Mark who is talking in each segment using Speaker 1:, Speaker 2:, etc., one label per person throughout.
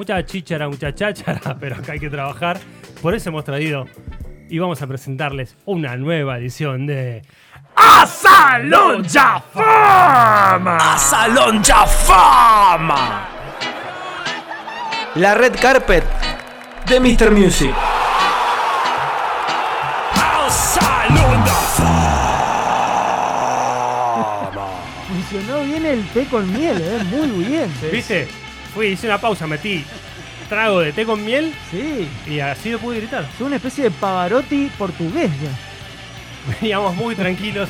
Speaker 1: Mucha chichara, mucha cháchara, pero acá hay que trabajar. Por eso hemos traído y vamos a presentarles una nueva edición de.
Speaker 2: ¡A Salón Ya Fama! ¡A Salón Ya Fama! La red carpet de Mr. Music. ¡A Salón Ya Fama!
Speaker 3: Funcionó bien el té con miel, ¿eh? muy bien.
Speaker 1: ¿Viste? Fui, hice una pausa, metí trago de té con miel
Speaker 3: Sí,
Speaker 1: y así lo pude gritar.
Speaker 3: es una especie de Pavarotti portugués ya.
Speaker 1: Veníamos muy tranquilos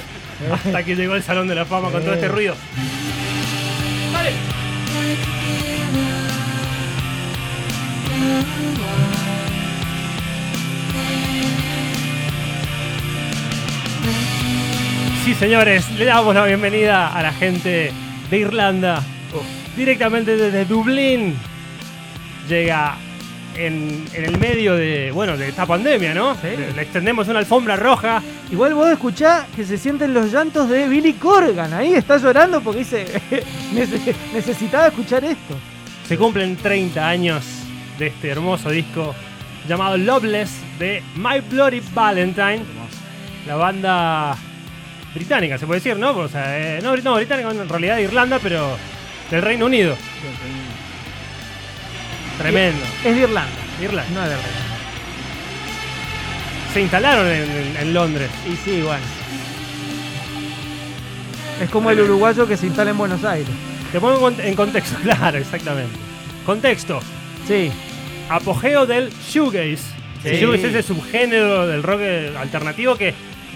Speaker 1: hasta que llegó el Salón de la Fama con todo este ruido. ¡Dale! Sí, señores, le damos la bienvenida a la gente de Irlanda. Directamente desde Dublín. Llega en, en el medio de, bueno, de esta pandemia, ¿no? Le, le extendemos una alfombra roja.
Speaker 3: Igual vos escuchá que se sienten los llantos de Billy Corgan. Ahí está llorando porque dice, "Nece- necesitaba escuchar esto.
Speaker 1: Se cumplen 30 años de este hermoso disco llamado Loveless de My Bloody Valentine. La banda británica, se puede decir, ¿no? O sea, eh, no, brit- no, británica en realidad de Irlanda, pero del Reino Unido. Tremendo.
Speaker 3: Es de Irlanda,
Speaker 1: Irlanda.
Speaker 3: no es de Irlanda.
Speaker 1: Se instalaron en, en- en Londres.
Speaker 3: Y sí, bueno. Es como el uruguayo que se instala en Buenos Aires.
Speaker 1: Te pongo en cont- en contexto, claro, exactamente. Contexto.
Speaker 3: Sí,
Speaker 1: apogeo del shoegaze. El
Speaker 3: Sí.
Speaker 1: shoegaze es el subgénero del rock eh, alternativo que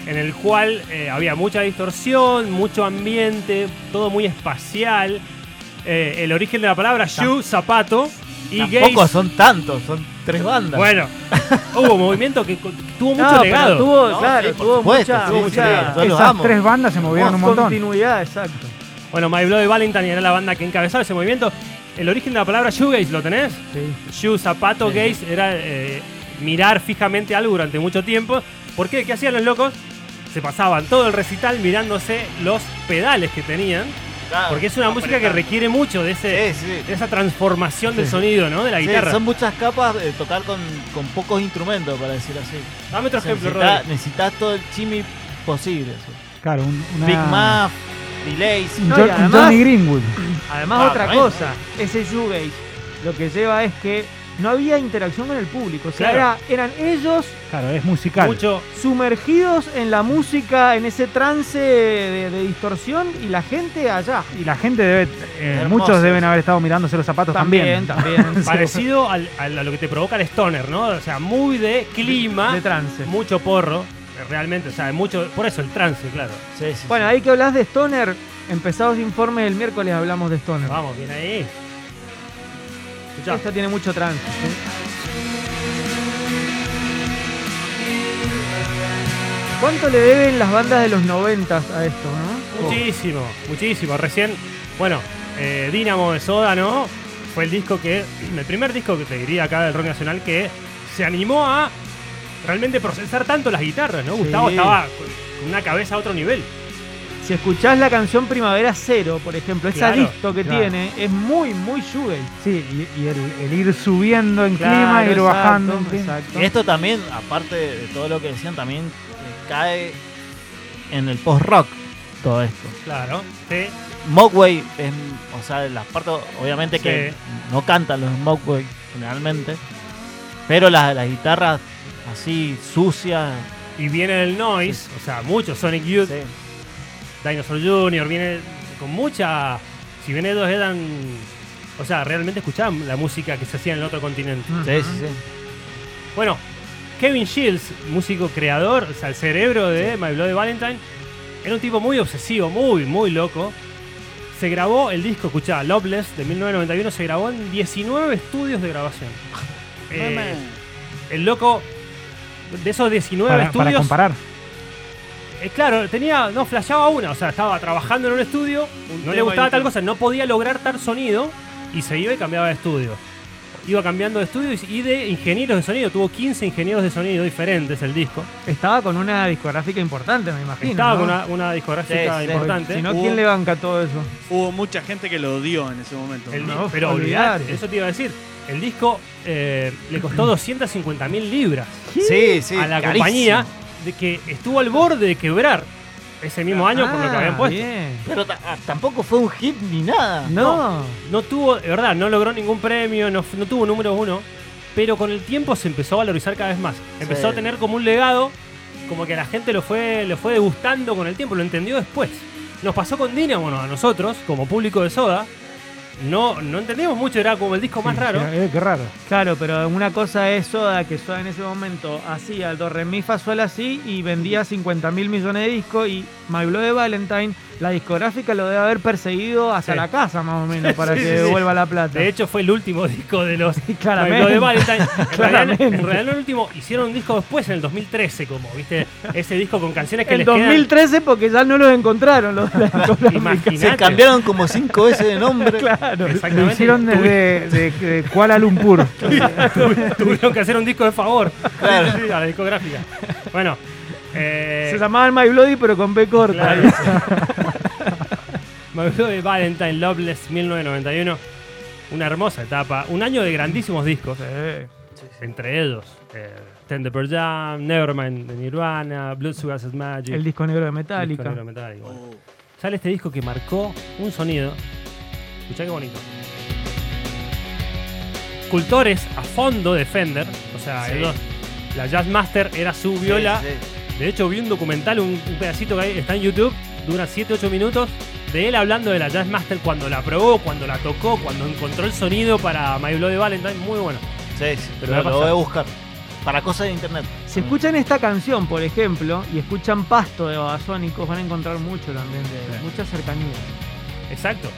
Speaker 1: en el cual eh, había mucha distorsión, mucho ambiente, todo muy espacial. Eh, el origen de la palabra shoe, zapato y
Speaker 4: Tampoco
Speaker 1: gaze.
Speaker 4: son tantos, son tres bandas.
Speaker 1: Bueno, hubo movimiento que co- tuvo mucho
Speaker 3: No, pero
Speaker 1: legado.
Speaker 3: Tuvo,
Speaker 4: No,
Speaker 3: claro,
Speaker 4: sí, por
Speaker 3: tuvo
Speaker 4: supuesto,
Speaker 3: mucha,
Speaker 4: sí,
Speaker 1: tuvo
Speaker 3: mucha-
Speaker 1: mucho legado.
Speaker 4: Yo los
Speaker 5: Esas
Speaker 4: amo.
Speaker 5: tres bandas se movieron un montón.
Speaker 3: continuidad, exacto.
Speaker 1: Bueno, My Bloody Valentine era la banda que encabezaba ese movimiento. El origen de la palabra shoegaze, ¿lo tenés?
Speaker 3: Sí.
Speaker 1: Shoe, zapato, gaze era eh, mirar fijamente algo durante mucho tiempo. ¿Por qué? ¿Qué hacían los locos? Se pasaban todo el recital mirándose los pedales que tenían.
Speaker 4: Ah,
Speaker 1: Porque es una música que requiere mucho de, ese,
Speaker 4: Sí, sí.
Speaker 1: de esa transformación del
Speaker 3: Sí.
Speaker 1: sonido, ¿no? De la
Speaker 4: Sí,
Speaker 1: guitarra.
Speaker 4: son muchas capas eh, tocar con, con pocos instrumentos, para decir así.
Speaker 1: Dame otro
Speaker 4: O sea,
Speaker 1: ejemplo,
Speaker 4: necesita-
Speaker 1: Rodri.
Speaker 4: necesitas todo el chimi posible. sí.
Speaker 5: Claro, un, una-
Speaker 4: Big Muff, Delays.
Speaker 5: un
Speaker 3: No,
Speaker 5: Jo-
Speaker 3: y
Speaker 5: un
Speaker 3: además-
Speaker 5: Johnny Greenwood.
Speaker 3: Además,
Speaker 4: Ah,
Speaker 3: otra
Speaker 4: tremendo.
Speaker 3: cosa, ese shoegaze lo que lleva es que no había interacción con el público. O sea,
Speaker 1: Claro.
Speaker 3: era- eran ellos
Speaker 5: Claro, es musical.
Speaker 1: Mucho.
Speaker 3: sumergidos en la música, en ese trance de, de distorsión y la gente allá.
Speaker 5: Y la gente debe. eh,
Speaker 4: Hermoso.
Speaker 5: muchos deben haber estado mirándose los zapatos también.
Speaker 3: también.
Speaker 1: Parecido al- al- a lo que te provoca el stoner, ¿no? O sea, muy de clima,
Speaker 3: de trance.
Speaker 1: mucho porro, realmente, o sea, mucho. Por eso el trance, claro.
Speaker 4: Sí, sí, sí.
Speaker 3: Bueno, ahí que hablas de Stoner, empezados informes el miércoles hablamos de Stoner.
Speaker 1: Vamos, bien ahí. Escuchá.
Speaker 3: Esto tiene mucho trance. ¿sí? ¿Cuánto le deben las bandas de los noventas a esto, no?
Speaker 1: Muchísimo, muchísimo. Recién, bueno, eh, Dínamo de Soda, ¿no? Fue el disco que, el primer disco que te diría acá del rock nacional que se animó a realmente procesar tanto las guitarras, ¿no? Gustavo estaba con una cabeza a otro nivel.
Speaker 3: Si escuchás la canción Primavera Cero, por ejemplo, esa
Speaker 1: Claro,
Speaker 3: disco que
Speaker 5: claro.
Speaker 3: tiene es muy, muy shoegaze.
Speaker 5: Sí, y, y el, el ir subiendo en clima,
Speaker 3: Claro,
Speaker 5: ir
Speaker 3: Ah, exacto,
Speaker 5: bajando en clima.
Speaker 3: exacto.
Speaker 4: Y esto también, aparte de todo lo que decían, también eh, cae en el post-rock todo esto.
Speaker 1: Claro. Sí.
Speaker 4: Mogwai es, o sea, las partes, obviamente que
Speaker 1: Sí.
Speaker 4: no cantan los Mogwai generalmente, pero las, las guitarras así sucias,
Speaker 1: Y viene el noise, o sea, mucho Sonic Youth,
Speaker 4: sí.
Speaker 1: Dinosaur Jr., viene con mucha. Si bien ellos eran. O sea, realmente escuchaban la música que se hacía en el otro continente.
Speaker 5: Mm.
Speaker 4: Sí, sí, sí.
Speaker 1: Bueno, Kevin Shields, músico creador, o sea, el cerebro de My Bloody Valentine, era un tipo muy obsesivo, muy, muy loco. Se grabó el disco, escuchá, Loveless de 1991, se grabó en 19 estudios de grabación.
Speaker 5: Ah,
Speaker 1: Eh, el loco, de esos 19
Speaker 5: Para, para
Speaker 1: estudios,
Speaker 5: comparar.
Speaker 1: eh, claro, tenía, no, flashaba una, o sea, estaba trabajando en un estudio, no le gustaba tal cosa, no podía lograr tal sonido y se iba y cambiaba de estudio. Iba cambiando de estudio y y de ingenieros de sonido, tuvo 15 ingenieros de sonido diferentes el disco.
Speaker 3: Estaba con una discográfica importante, me imagino.
Speaker 1: Estaba
Speaker 3: ¿no?
Speaker 1: con una, una discográfica
Speaker 4: Sí, sí.
Speaker 1: importante.
Speaker 3: Si no,
Speaker 6: Hubo-
Speaker 3: ¿quién le banca todo eso?
Speaker 6: Hubo mucha gente que lo odió en ese momento.
Speaker 1: El-
Speaker 6: ¿no?
Speaker 3: no,
Speaker 1: pero
Speaker 3: olvidate.
Speaker 1: olvidate, eso te iba a decir. El disco eh, le costó 250.000 libras
Speaker 4: Sí, sí.
Speaker 1: a la
Speaker 4: carísimo.
Speaker 1: compañía de que estuvo al borde de quebrar ese mismo año por lo que habían puesto.
Speaker 3: Ah, bien.
Speaker 4: Pero ta- ah, tampoco fue un hit ni nada.
Speaker 3: No.
Speaker 1: No tuvo, de verdad, no logró ningún premio, no, fu- no tuvo número uno, pero con el tiempo se empezó a valorizar cada vez más. Empezó
Speaker 4: Sí.
Speaker 1: a tener como un legado, como que la gente lo fue, lo fue degustando con el tiempo, lo entendió después. Nos pasó con Dynamo ¿no? a nosotros, como público de Soda, no, no entendíamos mucho, era como el disco más
Speaker 5: Sí,
Speaker 1: raro.
Speaker 5: eh, qué raro.
Speaker 3: Claro, pero una cosa es Soda, que Soda en ese momento hacía el do, re, mi, fa, sol así y vendía 50 mil millones de discos y My Bloody Valentine, la discográfica lo debe haber perseguido hasta
Speaker 1: Sí.
Speaker 3: la casa más o menos para
Speaker 1: Sí,
Speaker 3: que
Speaker 1: sí, sí.
Speaker 3: devuelva la plata.
Speaker 1: De hecho, fue el último disco de los
Speaker 3: Claramente.
Speaker 1: de Valentine. En realidad,
Speaker 3: Claramente.
Speaker 1: en realidad no el último. Hicieron un disco después, en el 2013, como, ¿viste? Ese disco con canciones que
Speaker 3: en
Speaker 1: les
Speaker 3: 2013 porque ya no los encontraron los de la
Speaker 1: quedan.
Speaker 3: discográfica.
Speaker 4: Se
Speaker 1: Imagínate.
Speaker 4: cambiaron como cinco veces de nombre.
Speaker 3: Claro.
Speaker 5: Lo
Speaker 1: Exactamente.
Speaker 5: hicieron
Speaker 1: Tuvi-
Speaker 5: desde de, de Kuala Lumpur.
Speaker 1: Tuvieron que hacer un disco de favor
Speaker 4: Claro.
Speaker 1: Sí, a la discográfica. Bueno, eh,
Speaker 3: Se llamaban My Bloody pero con B corta.
Speaker 1: claro. Me habló de Valentine Loveless 1991. Una hermosa etapa. Un año de grandísimos discos. eh, Entre ellos, eh, Tender Pearl Jam, Nevermind de Nirvana, Blood Sugar Sex Magic.
Speaker 3: El disco negro de
Speaker 1: Disco
Speaker 3: Metallica.
Speaker 1: negro Metallica, bueno. Sale este disco que marcó un sonido. Escuchá qué bonito. Cultores a fondo de Fender. O sea,
Speaker 4: Sí.
Speaker 1: el dos- la Jazzmaster era su viola.
Speaker 4: Sí,
Speaker 1: De hecho, vi un documental, un, un pedacito que hay- está en YouTube. Dura 7-8 minutos. De él hablando de la Jazzmaster cuando la probó, cuando la tocó, cuando encontró el sonido para My Bloody Valentine. Muy bueno.
Speaker 4: sí, sí, sí.
Speaker 1: Pero
Speaker 4: Lo-
Speaker 1: va a
Speaker 4: lo
Speaker 1: pasar.
Speaker 4: voy a buscar. Para cosas de internet.
Speaker 3: Si escuchan esta canción, por ejemplo, y escuchan Pasto de Babasónicos, van a encontrar mucho también, de,
Speaker 1: Sí.
Speaker 3: mucha cercanía.
Speaker 1: Exacto.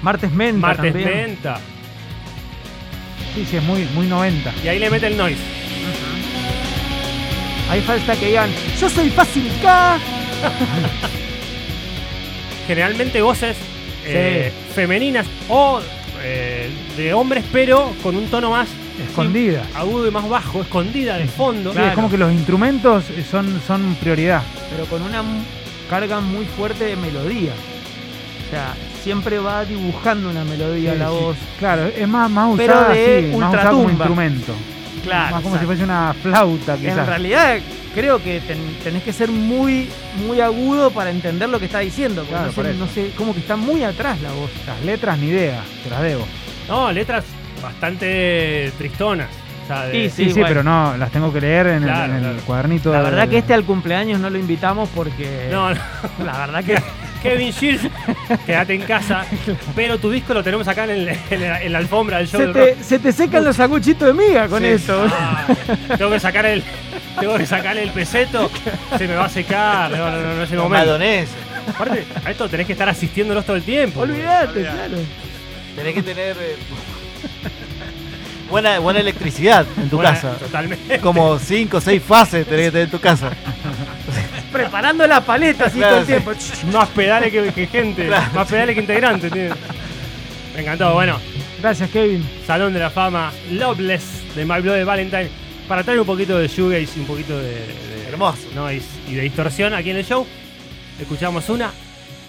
Speaker 3: Martes Menta
Speaker 1: Martes
Speaker 3: también.
Speaker 1: Venta.
Speaker 5: Sí, sí, es muy, muy 90.
Speaker 1: Y ahí le mete el noise.
Speaker 3: Ahí falta que digan, yo soy fácil K.
Speaker 1: generalmente voces eh, femeninas o eh, de hombres, pero con un tono más
Speaker 5: Escondida.
Speaker 1: sí, agudo y más bajo, escondida de fondo.
Speaker 5: Sí, es como que los instrumentos eh, son, son prioridad.
Speaker 3: Pero con una m- carga muy fuerte de melodía. O sea, siempre va dibujando una melodía la
Speaker 5: Sí, sí.
Speaker 3: voz.
Speaker 5: Claro, es más, más
Speaker 3: Pero
Speaker 5: usada,
Speaker 3: de
Speaker 5: sí, más usada como
Speaker 3: ultratumba.
Speaker 5: instrumento.
Speaker 3: Claro.
Speaker 5: más como si fuese una flauta,
Speaker 3: en
Speaker 5: quizás.
Speaker 3: realidad creo que ten- tenés que ser muy, muy agudo para entender lo que está diciendo. porque
Speaker 5: Claro,
Speaker 3: no, sé,
Speaker 5: por eso.
Speaker 3: no sé, como que está muy atrás la voz.
Speaker 5: Las letras, ni idea, te las debo.
Speaker 1: No, letras bastante tristonas. o sea, de-
Speaker 3: Y
Speaker 5: Sí, sí,
Speaker 3: bueno.
Speaker 5: pero no, las tengo que leer en el-
Speaker 1: Claro,
Speaker 5: en el,
Speaker 1: claro.
Speaker 5: cuadernito.
Speaker 3: La
Speaker 5: de-
Speaker 3: verdad que este al cumpleaños no lo invitamos porque
Speaker 1: No, no,
Speaker 3: la verdad que
Speaker 1: Kevin Shields, quédate en casa. Pero tu disco lo tenemos acá en, el- en la, en la alfombra del show.
Speaker 3: se
Speaker 1: del
Speaker 3: te, se te secan los aguchitos de miga con
Speaker 4: Sí.
Speaker 3: esto.
Speaker 1: rock. Ah, tengo que sacar el, tengo que sacar el peseto. Se me va a secar. No, no, no, no es el momento.
Speaker 4: Madonés.
Speaker 1: Aparte, a esto tenés que estar asistiéndolos todo el tiempo.
Speaker 3: Olvídate,
Speaker 4: Olvidate.
Speaker 3: claro.
Speaker 4: Tenés que tener. eh, buena, buena electricidad en tu
Speaker 1: Bueno,
Speaker 4: casa.
Speaker 1: Totalmente.
Speaker 4: Como cinco o seis fases tenés que tener en tu casa.
Speaker 3: Preparando la paleta así todo
Speaker 4: Claro,
Speaker 3: el
Speaker 4: sí.
Speaker 3: tiempo.
Speaker 1: Más pedales que, que gente,
Speaker 4: Claro.
Speaker 1: más pedales que integrantes. tiene. Me encantó. Bueno,
Speaker 3: Gracias, Kevin.
Speaker 1: Salón de la Fama, Loveless de My Bloody Valentine. Para traer un poquito de shoegaze, y un poquito de, de
Speaker 4: Hermoso.
Speaker 1: noise y de distorsión aquí en el show, escuchamos una